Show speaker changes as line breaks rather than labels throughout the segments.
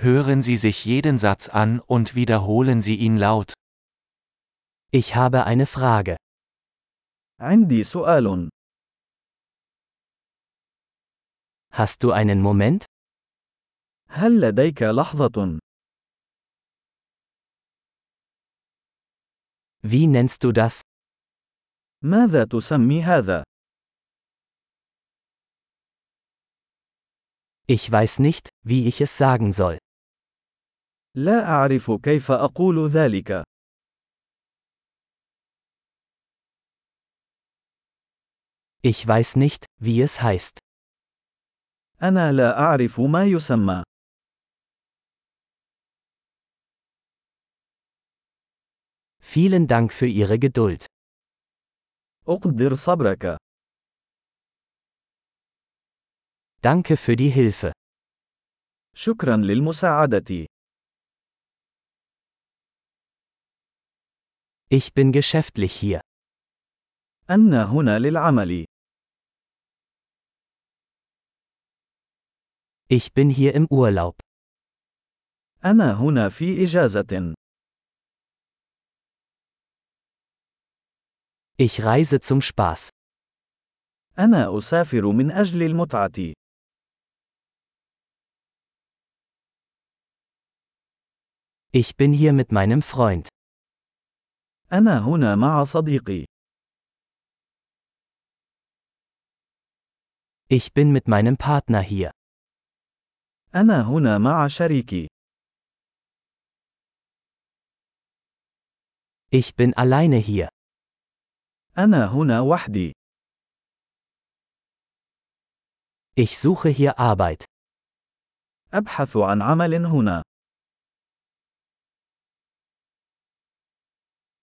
Hören Sie sich jeden Satz an und wiederholen Sie ihn laut.
Ich habe eine Frage.
عندي سؤال
Hast du einen Moment?
هل لديك لحظة
Wie nennst du das?
ماذا تسمي هذا
Ich weiß nicht, wie ich es sagen soll.
لا أعرف كيف أقول ذلك
Ich weiß nicht, wie es heißt.
أنا لا أعرف ما يسمى
Vielen Dank für Ihre Geduld.
أقدر صبرك
Danke für die Hilfe.
شكرا للمساعدة
Ich bin geschäftlich hier.
أنا هنا للعمل
Ich bin hier im Urlaub.
أنا هنا في إجازة
Ich reise zum Spaß.
أنا أسافر من أجل المتعة
Ich bin hier mit meinem Freund.
أنا هنا مع صديقي
Ich bin mit meinem Partner hier.
أنا هنا مع شريكي
Ich bin alleine hier.
أنا هنا وحدي
Ich suche hier Arbeit.
أبحث عن عمل هنا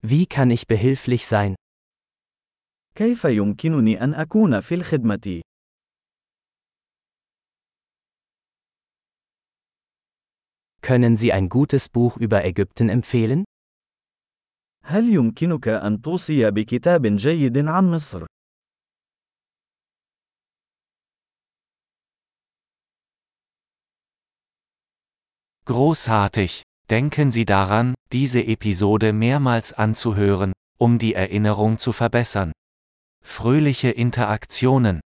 Wie kann ich behilflich sein?
كيف يمكنني أن أكون في الخدمة
Können Sie ein gutes Buch über Ägypten empfehlen?
هل يمكنك أن توصي بكتاب جيد عن مصر؟
Großartig! Denken Sie daran, diese Episode mehrmals anzuhören, um die Erinnerung zu verbessern. Fröhliche Interaktionen!